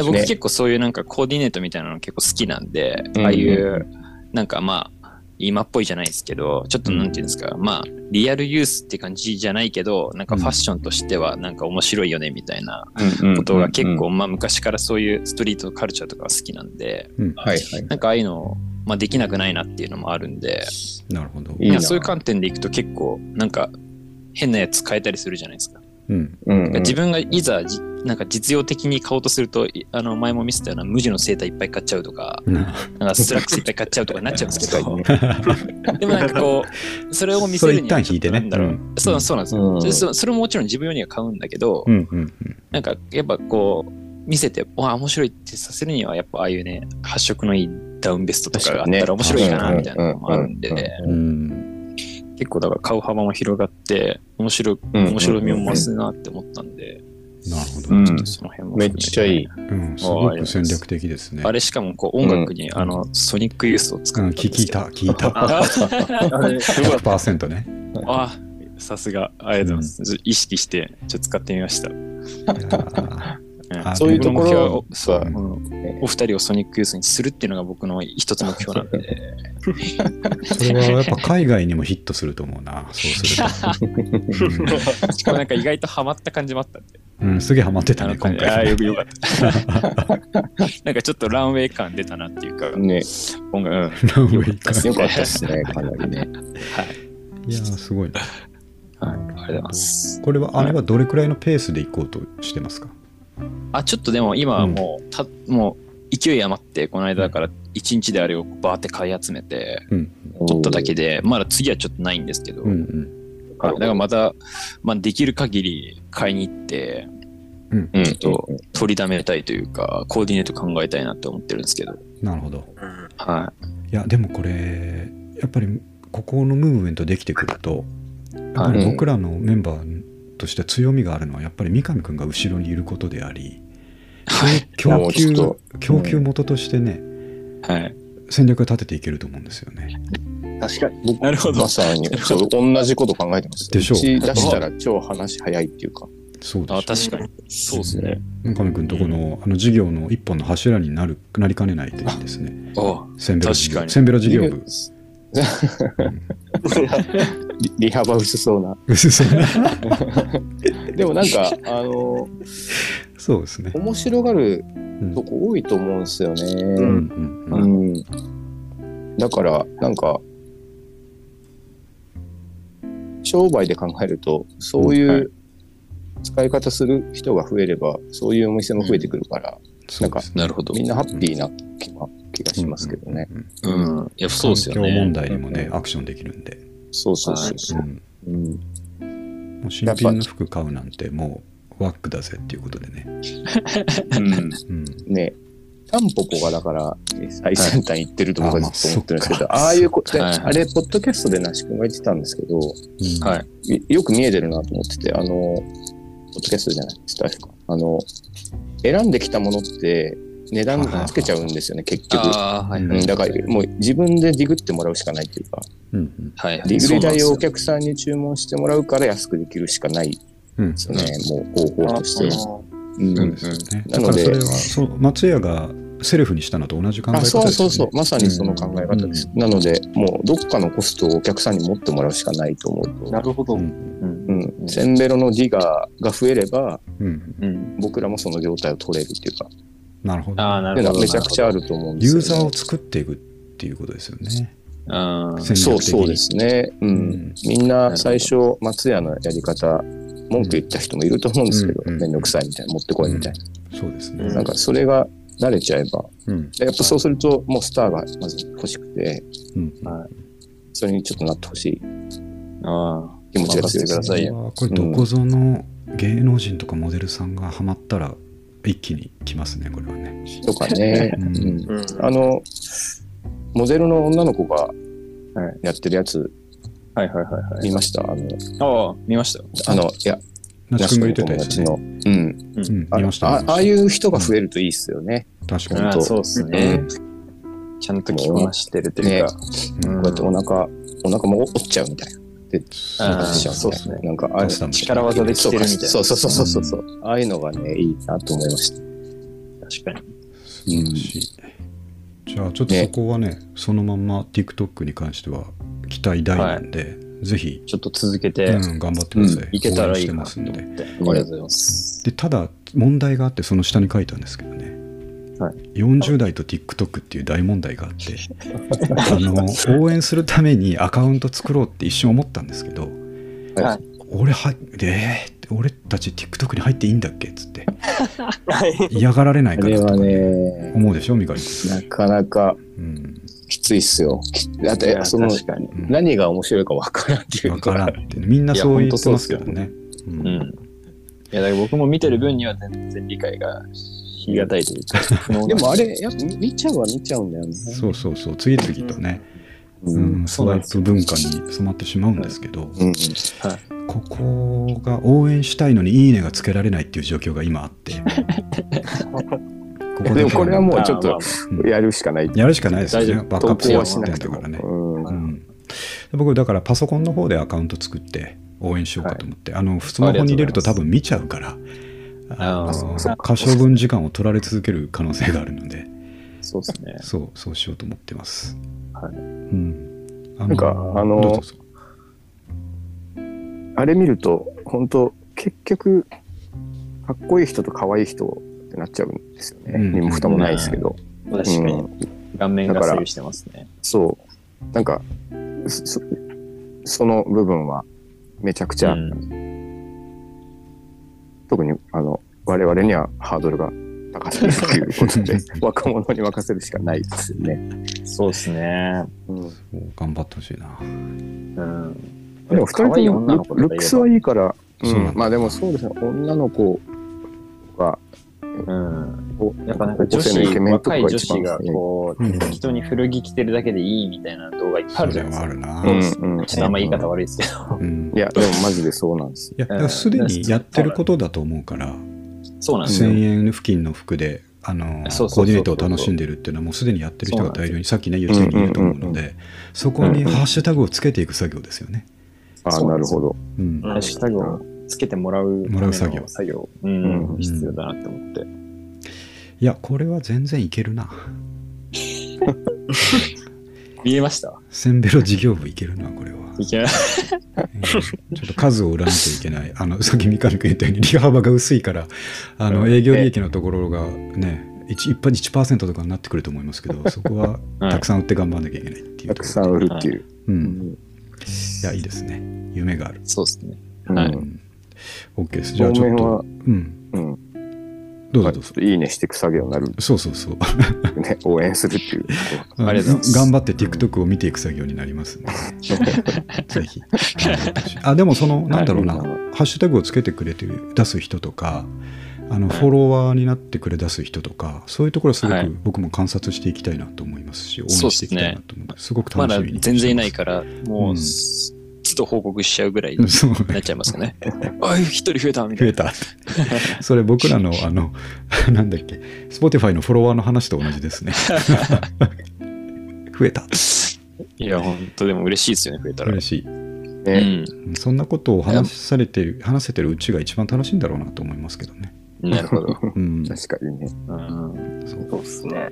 Speaker 1: 確
Speaker 4: 僕
Speaker 1: か
Speaker 4: 結構そういうなんかコーディネートみたいなの結構好きなんで、
Speaker 5: うん
Speaker 4: ああいうなんかまあ今っぽいじゃないですけどちょっとなんていうんですか、まあリアルユースって感じじゃないけどなんかファッションとしてはなんか面白いよねみたいなことが結構、まあ昔からそういうストリートカルチャーとかは好きなんで
Speaker 5: はいはい。
Speaker 4: なんかああいうのまあできなくないなっていうのもあるんで
Speaker 1: になるほど。
Speaker 5: いい
Speaker 4: な
Speaker 5: な
Speaker 4: んかそういう観点でいくと結構なんか変なやつ変えたりするじゃないですか。
Speaker 1: うん。
Speaker 5: うん
Speaker 4: 自分がいざじなんか実用的に買おうとするといあの前も見せたような無地のセーターいっぱい買っちゃうとかなんかスラックスいっぱい買っちゃうとかになっちゃうんです けどでもなんかこうそれを見せ
Speaker 1: それ
Speaker 4: る
Speaker 1: 一
Speaker 4: には
Speaker 1: 旦引いてね
Speaker 4: なんだろう、
Speaker 1: うん
Speaker 4: そうそうなんですよ、
Speaker 5: うん
Speaker 4: でそそれももちろん自分用には買うんだけど、
Speaker 1: うんうん
Speaker 4: なんかやっぱこう見せてわあ面白いってさせるにはやっぱああいうね発色のいいダウンベストとかがあったら面白いかなみたいなのもあるんで、
Speaker 1: うん。うん
Speaker 4: 結構だから買う幅も広がって面白い面白みを増すなって思ったんで、
Speaker 1: なるほど。
Speaker 5: うん
Speaker 4: ちょっとその辺も
Speaker 5: めっ
Speaker 4: 含めて
Speaker 5: ちゃいい。
Speaker 1: うん。すごく戦略的ですね。
Speaker 4: あれしかもこう音楽に、
Speaker 1: ん
Speaker 4: あのソニックユースを使
Speaker 1: う
Speaker 4: っ
Speaker 1: ん、
Speaker 4: たんです
Speaker 1: 聞い
Speaker 4: よ。
Speaker 1: た、聞いた。
Speaker 4: あ
Speaker 1: 100%ね。
Speaker 4: あさすがありがとうございます、ちょっと意識してちょっと使ってみました、
Speaker 1: あ
Speaker 4: うん
Speaker 1: あ
Speaker 5: そういうとこ
Speaker 4: 僕の
Speaker 5: ろ
Speaker 4: 目標はそ
Speaker 1: う
Speaker 4: う、うんお二人をソニックユースにするっていうのが僕の一つ目標なんで
Speaker 1: ーそれはやっぱ海外にもヒットすると思うな。 そう すると。
Speaker 4: しかもなんか意外とハマった感じもあったんで
Speaker 1: うん、うんすげえハマってた
Speaker 4: あ
Speaker 1: ね、
Speaker 4: の
Speaker 1: 今
Speaker 4: 感じああ
Speaker 1: 回。
Speaker 4: よくよかった なんかちょっとランウェイ感出たなっていうか
Speaker 5: ね、
Speaker 4: 音楽、うん
Speaker 1: ランウェイか。
Speaker 5: よかったですね、かなり ね。
Speaker 1: いやー、すごいな。
Speaker 4: はい、ありがとうございます
Speaker 1: これは、あれはどれくらいのペースで行こうとしてますか
Speaker 4: あちょっとでも今はもう、たもう勢い余ってこの間だから一日であれをバーって買い集めて取っただけでまだ次はちょっとないんですけど、
Speaker 1: うんう
Speaker 4: はい
Speaker 1: ん。
Speaker 4: だからまた、まあ、できる限り買いに行って
Speaker 5: うん。
Speaker 4: 取りだめたいというかコーディネート考えたいなって思ってるんですけど、
Speaker 1: なるほど。
Speaker 4: はい
Speaker 1: や、でもこれ、やっぱり、ここのムーブメントできてくると、
Speaker 4: い
Speaker 1: やっぱり
Speaker 5: うん
Speaker 1: 僕らのメンバーとして強みがあるのはやっぱり三上君が後ろにいることであり
Speaker 4: はい
Speaker 1: 供給
Speaker 5: もう
Speaker 1: 供給元としてね、
Speaker 4: はい
Speaker 1: 戦略を立てていけると思うんですよね。
Speaker 2: 確かに。
Speaker 4: なるほど
Speaker 5: まさに、そう、同じこと考えてます。
Speaker 1: でしょう
Speaker 5: 口出したら超話早いっていうか。
Speaker 1: そうで
Speaker 4: あ
Speaker 1: す
Speaker 4: 確かにそうですね
Speaker 1: 三上君とこの,、あの事業の一本の柱になるなりかねないというですね
Speaker 4: あ
Speaker 1: センベロ事
Speaker 4: 確か
Speaker 1: 業
Speaker 4: に
Speaker 1: センベロ事業 部。
Speaker 5: リリハバ薄そうな。
Speaker 1: うんそうね
Speaker 5: でもな んか、あの、
Speaker 1: そうですね。
Speaker 5: 面白がる
Speaker 1: うん
Speaker 5: とこ多いと思うんですよね。
Speaker 1: うんんうん
Speaker 5: うん。だから、なんか、商売で考えると、そういう使い方する人が増えれば、そういうお店も増えてくるから、
Speaker 1: そうですね
Speaker 4: なるほど。
Speaker 5: みんなハッピーな気が気がしますけどね。。
Speaker 1: うんうん
Speaker 4: うん。いや、そうですよ
Speaker 1: 環境問
Speaker 4: ね。
Speaker 1: 題にもね、アクションできるんで。
Speaker 5: そうそうそうそうう。
Speaker 1: ん
Speaker 5: うん
Speaker 1: もう新品の服買うなんてもうワックだぜっていうことでね。
Speaker 5: うん
Speaker 1: うん
Speaker 5: ねタンポポがだから最先端行ってると僕はずっと思ってるんですけ
Speaker 1: は
Speaker 5: ど、
Speaker 1: いあまあ
Speaker 5: ああいうこ
Speaker 4: そっか
Speaker 5: であれ、ポッドキャストでなし君が言ってたんですけど、
Speaker 4: はい。
Speaker 5: いよく見えてるなと思ってて、あの、ポッドキャストじゃない、スタイフか。あの、選んできたものって値段つけちゃうんですよね、結局。
Speaker 4: ああ、はいは
Speaker 5: う
Speaker 4: い。
Speaker 5: ん、だからもう自分でディグってもらうしかないっていうか、
Speaker 1: うんうん
Speaker 4: はいはい。
Speaker 5: ディグレ代を
Speaker 4: そ
Speaker 5: お客さんに注文してもらうから安くできるしかないで
Speaker 1: うん
Speaker 5: すよね、もう方法としては。
Speaker 1: そううんですよね
Speaker 5: うん
Speaker 1: だからそれはそう松屋がセルフにしたのと同じ考え方
Speaker 5: あ
Speaker 1: ですよ
Speaker 5: そう
Speaker 1: ね。
Speaker 5: そうそう、まさにその考え方です。なので、もうどっかのコストをお客さんに持ってもらうしかないと思うと、
Speaker 2: なるほど。
Speaker 4: うん
Speaker 5: うん、センベロのディガーが増えれば、
Speaker 1: うん
Speaker 4: うん。
Speaker 5: 僕らもその業態を取れるっていうか、
Speaker 1: なるほど。
Speaker 4: ああ、な
Speaker 5: ってい
Speaker 4: る
Speaker 5: う
Speaker 4: ほ
Speaker 5: のは
Speaker 4: ど。
Speaker 5: めちゃくちゃあると思うんで
Speaker 1: ユ
Speaker 5: すよ、
Speaker 1: ー
Speaker 5: ね。
Speaker 1: ザーを作っていくっていうことですよね。
Speaker 4: ああ、
Speaker 1: 戦
Speaker 5: そ
Speaker 1: 略
Speaker 5: う
Speaker 1: 的に
Speaker 5: そうですね。うん。
Speaker 1: うん
Speaker 5: みんな最初、松屋のやり方、文句言った人もいると思うんですけど、
Speaker 1: うんうん
Speaker 5: めんどくさいみたいな、持ってこいみたいな。
Speaker 1: そうですね。
Speaker 5: なんかそれが慣れちゃえば、
Speaker 1: うん
Speaker 5: やっぱそうすると、もうスターがまず欲しくて、
Speaker 1: うん
Speaker 5: それにちょっとなってほしい
Speaker 4: あ
Speaker 5: 気持ちが強いですね
Speaker 4: 任せてくださいよ
Speaker 1: これどこぞの芸能人とかモデルさんがハマったら一気に来ますねこれはね。
Speaker 5: とか ね。
Speaker 1: う
Speaker 5: うんんあの、モデルの女の子がやってるやつ
Speaker 4: あ。はいはいはいはい。
Speaker 5: 見ました。あの、
Speaker 4: ああ、見ましたよ。
Speaker 5: あの、いや、
Speaker 1: 那智君が言ってた
Speaker 5: 友
Speaker 1: やつ
Speaker 5: 達
Speaker 1: ね。
Speaker 5: の。うん。
Speaker 1: うん
Speaker 5: あ
Speaker 1: 見ました。
Speaker 5: あああいう人が増えるといいっすよね。
Speaker 1: 確
Speaker 5: 本
Speaker 1: か
Speaker 5: 当
Speaker 4: ああそうですね。ちゃんと着こなしてるというか。
Speaker 1: に。
Speaker 4: うん
Speaker 5: こうやってお腹、お腹も折っちゃうみたいな。
Speaker 1: そう
Speaker 4: あー
Speaker 1: で
Speaker 5: し
Speaker 1: す
Speaker 5: ち
Speaker 1: よね
Speaker 5: ゃうみたいな。なんか、ああいう
Speaker 1: カスタムして
Speaker 4: 力技できてるみたいな。
Speaker 5: そうそうそうそうそうそう、ああいうのがね、いいなと思いました。
Speaker 4: 確かに。
Speaker 1: 素晴らしい。じゃあちょっとそこはね、そのまんま TikTok に関しては期待大なんで、ぜひ、
Speaker 4: ちょっと続けて
Speaker 1: うん、頑張ってください。
Speaker 4: いけたらい
Speaker 1: 応援して
Speaker 4: いな
Speaker 1: ま
Speaker 4: と
Speaker 1: すん
Speaker 4: 思って。あ
Speaker 1: で。
Speaker 4: りがとうございます。
Speaker 1: で、ただ問題があって、その下に書いたんですけどね。
Speaker 4: はい
Speaker 1: 40代と TikTok っていう大問題があって、あの、応援するためにアカウント作ろうって一瞬思ったんですけど、
Speaker 2: はい
Speaker 1: 俺は、えー俺たち TikTok に入っていいんだっけっつって、
Speaker 2: はい。
Speaker 1: 嫌がられない
Speaker 5: あ
Speaker 1: かな
Speaker 5: れ
Speaker 1: と
Speaker 5: は
Speaker 1: かね
Speaker 5: ね、
Speaker 1: 思うでしょ、みかり君。
Speaker 5: なかなか
Speaker 1: うん
Speaker 5: きついっすよ。きだっ
Speaker 4: い
Speaker 5: て
Speaker 4: や、
Speaker 5: その、
Speaker 4: 確かに。
Speaker 1: うん
Speaker 5: 何が面白いかわからんっていう
Speaker 1: わ
Speaker 5: か
Speaker 1: からんってみんなそう言ってますけどね。う
Speaker 4: うん。いや、だから僕も見てる分には全然理解がしがたいというか、不能な
Speaker 5: でもあれ、やっぱ見ちゃうは見ちゃうんだよね。
Speaker 1: そうそうそう、次々とね、
Speaker 5: う。
Speaker 1: うんん、スワイプ文化に染まってしまうんですけど、
Speaker 5: うん。
Speaker 1: ここが応援したいのにいいねがつけられないっていう状況が今あって。ここ
Speaker 5: でもこれはもうちょっ
Speaker 4: あ
Speaker 5: と
Speaker 1: うん
Speaker 5: やるしかない。
Speaker 1: やるしかないですよね。
Speaker 4: 大丈夫
Speaker 1: バックアップ
Speaker 5: 投稿
Speaker 1: は
Speaker 5: は
Speaker 1: し
Speaker 5: し
Speaker 1: な
Speaker 5: な
Speaker 1: く
Speaker 5: く
Speaker 1: て
Speaker 5: て
Speaker 1: か
Speaker 5: も
Speaker 1: らね。
Speaker 5: うん
Speaker 1: うん、僕、だからパソコンの方でアカウント作って応援しようかと思って、あの、スマホに入れると多分見ちゃうから、あ
Speaker 4: あ
Speaker 1: の
Speaker 4: ー
Speaker 1: 可処分時間を取られ続ける可能性があるので。
Speaker 4: そうですね。
Speaker 1: そう、そうしようと思ってます。
Speaker 4: はい
Speaker 1: うん。あ
Speaker 5: なんかあ
Speaker 1: どう
Speaker 5: の
Speaker 1: ぞどうぞ
Speaker 5: あれ見ると、本当結局、かっこいい人と可愛い人ってなっちゃうんですよね。
Speaker 1: うん
Speaker 5: 身も蓋もないですけど。
Speaker 4: 確か
Speaker 5: う
Speaker 4: に
Speaker 5: ん。
Speaker 4: 顔面が
Speaker 5: だから
Speaker 4: 整理してますね。
Speaker 5: そう。なんか、そその部分は、めちゃくちゃ、
Speaker 4: うん
Speaker 5: 特に、あの、我々にはハードルが高すぎるということ で、若者に任せるしかないですよね。
Speaker 4: そうですね。
Speaker 5: うん、
Speaker 1: そう頑張ってほしいな。
Speaker 4: うん。
Speaker 5: でも、二人
Speaker 4: 可愛い
Speaker 5: と
Speaker 4: 女の
Speaker 5: も
Speaker 4: 子
Speaker 5: ルルッ
Speaker 4: とかい
Speaker 5: ク
Speaker 4: え
Speaker 5: スはいいから、う
Speaker 1: そうなんだ
Speaker 5: ん、まあでもそうですね、女の子が、
Speaker 4: ばうん。
Speaker 5: こう
Speaker 4: やっぱなんか女
Speaker 5: 高校生のイケ
Speaker 4: 子、
Speaker 5: メンと
Speaker 4: 若
Speaker 5: か
Speaker 4: い
Speaker 5: が
Speaker 4: 女
Speaker 5: 一
Speaker 4: 子
Speaker 5: 番
Speaker 4: がこ
Speaker 1: うん
Speaker 4: う、適当に古着着てるだけでいいみたいな動画いっぱいあ
Speaker 1: そ
Speaker 4: るじ
Speaker 1: れ
Speaker 4: ゃないで
Speaker 1: は
Speaker 4: す
Speaker 1: あ
Speaker 4: か。
Speaker 1: るな。
Speaker 5: うん
Speaker 4: ちょっとあんま言い方悪いですけど。
Speaker 1: うん
Speaker 5: いや、でもマジでそうなんですよ。
Speaker 1: いや、だからすでにやってることだと思うから、
Speaker 4: そうなんですよ。
Speaker 1: 1000円付近の服で、あの、コ
Speaker 4: そうそうそうそう
Speaker 1: ーディネートを楽しんでるっていうのは、もうすでにやってる人が大量に、さっきね、言ったようにいると思うの
Speaker 5: うんうん
Speaker 1: で、そこに
Speaker 5: うんうん
Speaker 1: ハッシュタグをつけていく作業ですよね。
Speaker 5: ああ、
Speaker 4: そうな
Speaker 5: なん
Speaker 4: で
Speaker 5: る
Speaker 4: すよ
Speaker 5: ほど。
Speaker 1: うん。
Speaker 4: ハッシュタグをつけてもらうため
Speaker 1: もら
Speaker 4: の
Speaker 1: う作業
Speaker 4: 作業、う、
Speaker 5: うんん
Speaker 4: 必要だなって思って。
Speaker 1: いや、これは全然いけるな。
Speaker 4: 見えました
Speaker 1: センベロ事業部いけるな、これは。
Speaker 4: いけない。
Speaker 1: えーちょっと数を売らなきゃいけない。あの、さっき三上君言ったように、利幅が薄いから、あの、営業利益のところがね、一一般1%とかになってくると思いますけど、そこは
Speaker 4: はい
Speaker 1: たくさん売って頑張らなきゃいけないっていう
Speaker 5: た
Speaker 1: と
Speaker 5: く
Speaker 1: こ
Speaker 5: さん売るっていう。
Speaker 1: ろ。う。
Speaker 5: うんん
Speaker 1: いや、いいですね。夢がある。
Speaker 4: そうですね。
Speaker 5: うん
Speaker 4: は
Speaker 1: うん OK です。じゃあ
Speaker 3: 当
Speaker 1: ちょ
Speaker 3: 面
Speaker 1: っと、
Speaker 3: は、
Speaker 1: うん、
Speaker 3: うん、
Speaker 1: どう
Speaker 3: は
Speaker 1: ぞ
Speaker 3: い
Speaker 1: どうぞ。
Speaker 3: いいねしていく作業になるん
Speaker 1: そうそうそう。
Speaker 3: で ね、応援するっていう。
Speaker 4: ありがとうございます
Speaker 1: 頑張って TikTok を見ていく作業になりますね。 ぜひ。あ、でもその、なんだろうな、
Speaker 3: は
Speaker 1: ハ
Speaker 3: い
Speaker 1: ッシュタグをつけてくれて出す人とか、あのフォロワーになってくれ出す人とか、そういうところすご
Speaker 4: はい
Speaker 1: く僕も観察していきたいなと思いますし、応援
Speaker 4: そうっ
Speaker 1: して
Speaker 4: す
Speaker 1: いきたい
Speaker 4: ね
Speaker 1: なと思うのですごく
Speaker 4: ま
Speaker 1: 楽
Speaker 4: だ
Speaker 1: しみに。。
Speaker 4: 全然いないからら、
Speaker 1: う
Speaker 4: もう、
Speaker 1: ん
Speaker 4: ちょっと報告しちゃうぐらい に
Speaker 1: そう
Speaker 4: なっ
Speaker 1: ね。
Speaker 4: ちゃいますよ ね。あ、一人増えたみた
Speaker 1: 増
Speaker 4: い
Speaker 1: え
Speaker 4: な。
Speaker 1: た。 それ僕らの、あの、 なんだっけ、Spotify のフォロワーの話と同じ ですね。増えた。
Speaker 4: いや、本当でも嬉しいですよね、増えたら。
Speaker 1: 嬉しい。
Speaker 4: う
Speaker 3: ね、
Speaker 4: ん。
Speaker 1: そんなことを話されてる、話せてるうちが一番楽しいんだろうなと思いますけどね。
Speaker 4: なるほど。
Speaker 1: うん。
Speaker 3: 確かにね。
Speaker 4: うん
Speaker 1: そう
Speaker 2: そうですね。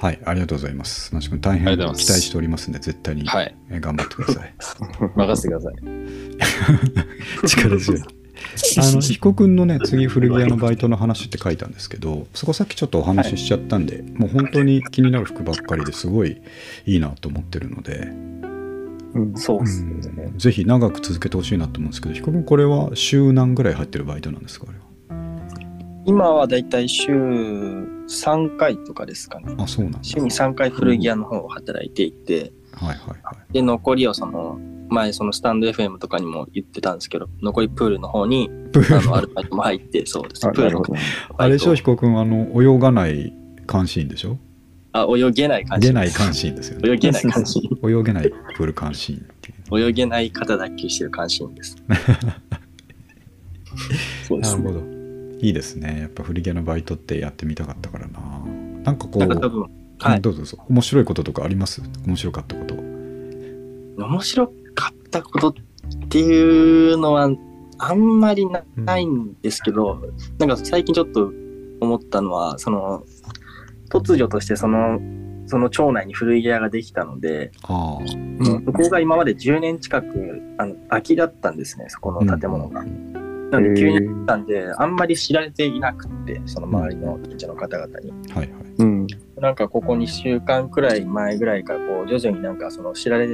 Speaker 1: はい、ありがとうございます。なし君、大
Speaker 4: あ
Speaker 1: 変
Speaker 4: り
Speaker 1: 期
Speaker 4: がとうございます
Speaker 1: 待しておりますんで、絶対に、
Speaker 4: はい。
Speaker 1: えー頑張ってくだ さい。
Speaker 4: 任せてください。
Speaker 1: 力強 い。あの、被告のね、次、古着屋のバイトの話って書いたんですけど、そこさっきちょっとお話ししちゃったんで、もう本当に気になる服ばっかりですごいいいなと思ってるので、
Speaker 2: そうですね。
Speaker 1: うんぜひ長く続けてほしいなと思うんですけど、被告君、これは週何ぐらい入ってるバイトなんですか、あれは。
Speaker 2: 今はだいたい週3回とかですかね。
Speaker 1: あ、そうなんだ。
Speaker 2: 週に3回古着屋の方を働いていて、
Speaker 1: はいはいはい。
Speaker 2: で、残りをその、前そのスタンド FM とかにも言ってたんですけど、残りプールの方に、
Speaker 1: プール
Speaker 2: あ
Speaker 1: の
Speaker 2: の、アルバイトも入って、そうです。
Speaker 3: あ、
Speaker 2: プー
Speaker 3: な
Speaker 2: ル
Speaker 3: る
Speaker 2: の
Speaker 3: ほど。
Speaker 2: バ
Speaker 1: あ
Speaker 2: イ
Speaker 1: れ
Speaker 2: ト
Speaker 1: でしょ、被告君、あの、泳がない監視員でしょ
Speaker 2: あ、泳げない感じ。
Speaker 1: 出ない監視員です よね。
Speaker 2: 泳げない関心。
Speaker 1: 泳げないプール監視員っていう。
Speaker 2: 泳げない方脱臼してる関心です。 そうで
Speaker 1: な
Speaker 2: す
Speaker 1: る
Speaker 2: ね。
Speaker 1: ほど。いいですね。やっぱ古着屋のバイトってやってみたかったからな。なんかこう、
Speaker 2: なんか多分、はい。
Speaker 1: どうぞどうぞ。面白いこととかあります面白かったこと。
Speaker 2: 面白かったことっていうのはあんまりな
Speaker 1: うん
Speaker 2: ないんですけど、なんか最近ちょっと思ったのはその突如としてそのその町内に古着屋ができたので、
Speaker 1: ああ。
Speaker 2: もうそこが今まで10年近くあの空きだったんですねそこの建物が。
Speaker 1: うん
Speaker 2: なので急に
Speaker 3: へ
Speaker 2: あ
Speaker 3: ー
Speaker 2: ったんであんまり知られていなくってその周りの近所の方々に。
Speaker 1: はいはい。
Speaker 3: うん。
Speaker 2: なんかここ2週間くらい前ぐらいからこう徐々になんかその知られ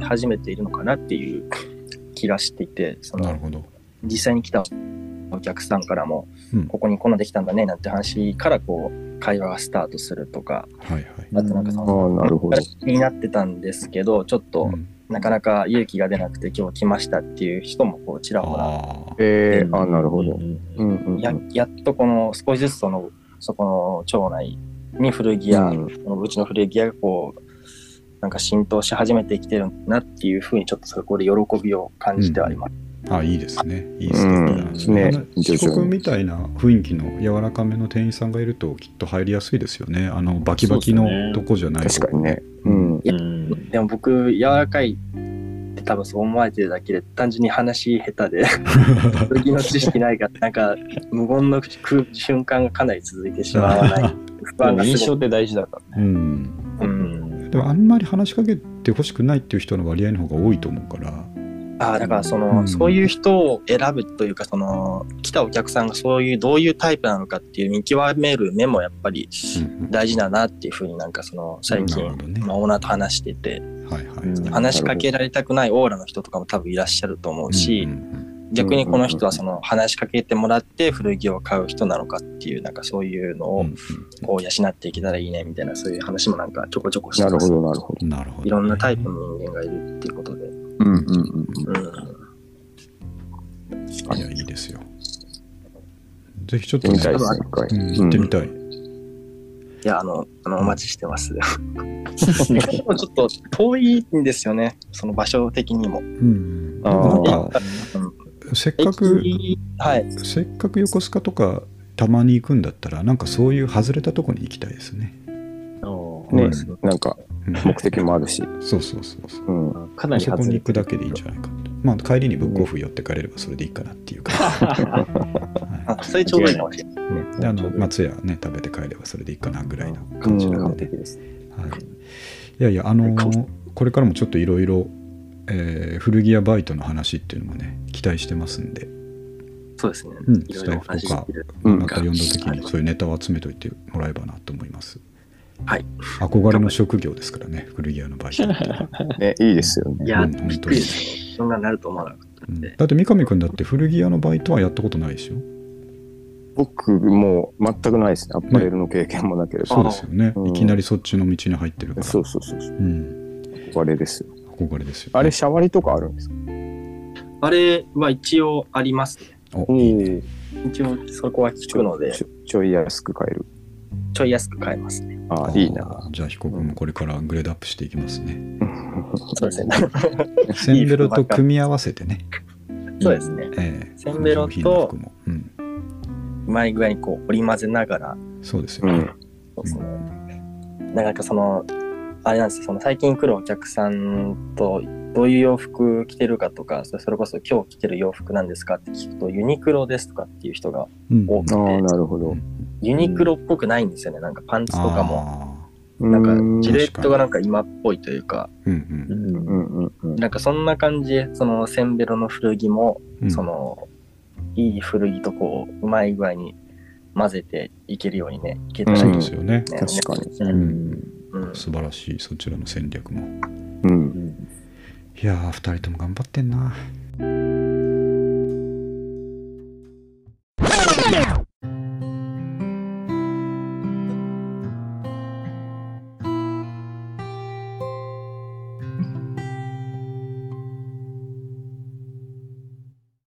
Speaker 2: 始めているのかなっていう気がしていてそ
Speaker 1: なる
Speaker 2: の
Speaker 1: ほど。
Speaker 2: 実際に来たお客さんからも
Speaker 1: うん
Speaker 2: ここにこんなできたんだねなんて話からこう会話がスタートするとか
Speaker 1: はいはい。
Speaker 2: あとなんかそ
Speaker 3: ああ、
Speaker 2: の
Speaker 3: なるほど。
Speaker 2: 気になってたんですけどちょっと
Speaker 1: うん
Speaker 2: なかなか勇気が出なくて今日来ましたっていう人もこうちらほら
Speaker 1: あ
Speaker 3: えー、あなるほど。うんうんうん。
Speaker 2: ややっとこの少しずつそのそこの町内に古着屋
Speaker 3: うん
Speaker 2: このうちの古着屋がこうなんか浸透し始めてきてるなっていうふうにちょっとそこで喜びを感じてはいます、
Speaker 1: あ。あいいですね。いいステップだな。
Speaker 4: うん
Speaker 1: そんな
Speaker 3: ね
Speaker 1: 四国みたいな雰囲気の柔らかめの店員さんがいるときっと入りやすいですよね。あの、バキバキ
Speaker 4: そうです
Speaker 1: の
Speaker 4: ね
Speaker 1: とこじゃない
Speaker 3: 確かにね。うん。
Speaker 4: うん
Speaker 2: でも僕柔らかいって多分そう思われてるだけで単純に話 下手で古着の知識ないからなんか無言の空瞬間がかなり続いてしまわない不
Speaker 4: で
Speaker 2: 安
Speaker 4: も
Speaker 2: が
Speaker 4: 印
Speaker 2: す
Speaker 4: 象
Speaker 2: ご
Speaker 4: っ
Speaker 2: く
Speaker 4: て大事だからね。
Speaker 1: うん。
Speaker 2: うん
Speaker 1: でもあんまり話しかけてほしくないっていう人の割合の方が多いと思うから、
Speaker 2: ああだからその、
Speaker 1: うん
Speaker 2: そういう人を選ぶというかその来たお客さんがそういうどういうタイプなのかっていう見極める目もやっぱり大事だなっていうふうになんかその最近、
Speaker 1: なるほどね
Speaker 2: まあ、オーナーと話してて
Speaker 1: はいはい、
Speaker 4: うん
Speaker 2: 話しかけられたくないオーラの人とかも多分いらっしゃると思うし、
Speaker 1: うんうん
Speaker 2: 逆にこの人はその話しかけてもらって古着を買う人なのかっていうなんかそういうの
Speaker 1: うんう
Speaker 2: を
Speaker 1: ん
Speaker 2: こう養っていけたらいいねみたいなそういう話もなんかちょこちょこして
Speaker 3: なる
Speaker 2: ます
Speaker 3: ほど、なるほど。
Speaker 1: うんなるほど
Speaker 2: いろんなタイプの人間がいるっていうことで、うん、
Speaker 3: うんうんうん。
Speaker 1: いやいいですよぜひちょっと
Speaker 3: 行ってみた
Speaker 1: ね
Speaker 3: いですね、一回。
Speaker 1: うん行ってみたい、
Speaker 2: いやあのあのお待ちしてますでもちょっと遠いんですよねその場所的にも、
Speaker 1: うん
Speaker 3: あ
Speaker 1: なん
Speaker 3: ー
Speaker 1: かせっかく
Speaker 2: 駅はい
Speaker 1: せっかく横須賀とかたまに行くんだったらなんかそういう外れたとこに行きたいですね、
Speaker 3: ね
Speaker 1: うん、
Speaker 3: なんか、
Speaker 1: うん
Speaker 3: 目的もあるし。
Speaker 1: そうそうそうそう
Speaker 3: うん。
Speaker 4: かなり
Speaker 1: そこ
Speaker 4: 外
Speaker 1: に
Speaker 4: れ
Speaker 1: 行くだけでいいんじゃないかとまあ帰りにブックオフ寄って帰れればそれでいいかなっていう 感じ、はい
Speaker 2: あそれちょうどいいかもしれない
Speaker 1: であの松屋ね食べて帰ればそれでいいかなぐらいの感じなので、
Speaker 3: です。
Speaker 1: はい、いやいやあのーこれからもちょっといろいろえー古着屋バイトの話っていうのもね期待してますんで、
Speaker 2: そうですね、
Speaker 1: うん、
Speaker 2: い
Speaker 1: ス
Speaker 2: ろい
Speaker 1: タ
Speaker 2: ろお
Speaker 1: イフと
Speaker 2: 話しで
Speaker 1: か
Speaker 2: きる
Speaker 3: うん
Speaker 1: また読んだ時にそういうネタを集めておいてもらえばなと思います
Speaker 2: はい
Speaker 1: 憧れの職業ですからね古着屋のバイトって、
Speaker 3: ね、いいですよね。
Speaker 2: いや、
Speaker 1: うん本当に
Speaker 2: びっくりですよ。そんなになると思わなかっ
Speaker 1: うん
Speaker 6: て。
Speaker 1: だって三上君だって古着屋のバイトはやったことないでしょ
Speaker 5: 僕もう全くないですね。アパレルの経験もなければ。
Speaker 1: そうですよね、
Speaker 5: うん
Speaker 1: いきなりそっちの道に入ってるから
Speaker 5: そうそうそうそう。
Speaker 1: うん、
Speaker 5: 憧れですよ。
Speaker 1: 憧れですよね、
Speaker 5: あれ、シャワリとかあるんですか
Speaker 2: あれは一応ありますね。
Speaker 1: おいいね
Speaker 5: え
Speaker 2: 一応そこは聞くので、
Speaker 5: ちょちょい安く買える。
Speaker 2: ちょい安く買えますね。
Speaker 5: ああ、いいな。
Speaker 1: じゃあ彦君もこれからグレードアップしていきますね
Speaker 2: そうですね。
Speaker 1: センベロと組み合わせてね
Speaker 2: そうですね。
Speaker 1: ええ
Speaker 2: センベロ
Speaker 1: 上
Speaker 2: と
Speaker 1: 品な服も、うん、
Speaker 2: うまい具合にこう織り交ぜながら、
Speaker 1: そうですよ、
Speaker 5: うん。
Speaker 2: そうですね。なかなかその、あれなんですよ、その最近来るお客さんと、どういう洋服着てるかとか、それそれこそ今日着てる洋服なんですかって聞くと、ユニクロですとかっていう人が
Speaker 1: うん
Speaker 2: 多く
Speaker 5: ああ、
Speaker 2: て、
Speaker 5: なるほど。
Speaker 2: ユニクロっぽくないんですよね。なんかパンツとかも。
Speaker 5: な
Speaker 2: なんかジ
Speaker 1: レ
Speaker 2: レットがなんか今っぽいというか、
Speaker 1: うんうん
Speaker 5: うんうんうん。
Speaker 2: なんかそんな感じで、そのセンベロの古着も、
Speaker 1: うん
Speaker 2: その、いい古着とこう、うまい具合に混ぜていけるようにね、いけたらいい
Speaker 1: そう
Speaker 2: ね
Speaker 1: ですよね、
Speaker 5: 確かに。
Speaker 2: う
Speaker 1: うんん、
Speaker 2: うん
Speaker 1: 素晴らしいそちらの戦略も
Speaker 5: うん。
Speaker 1: いやー2人とも頑張ってんな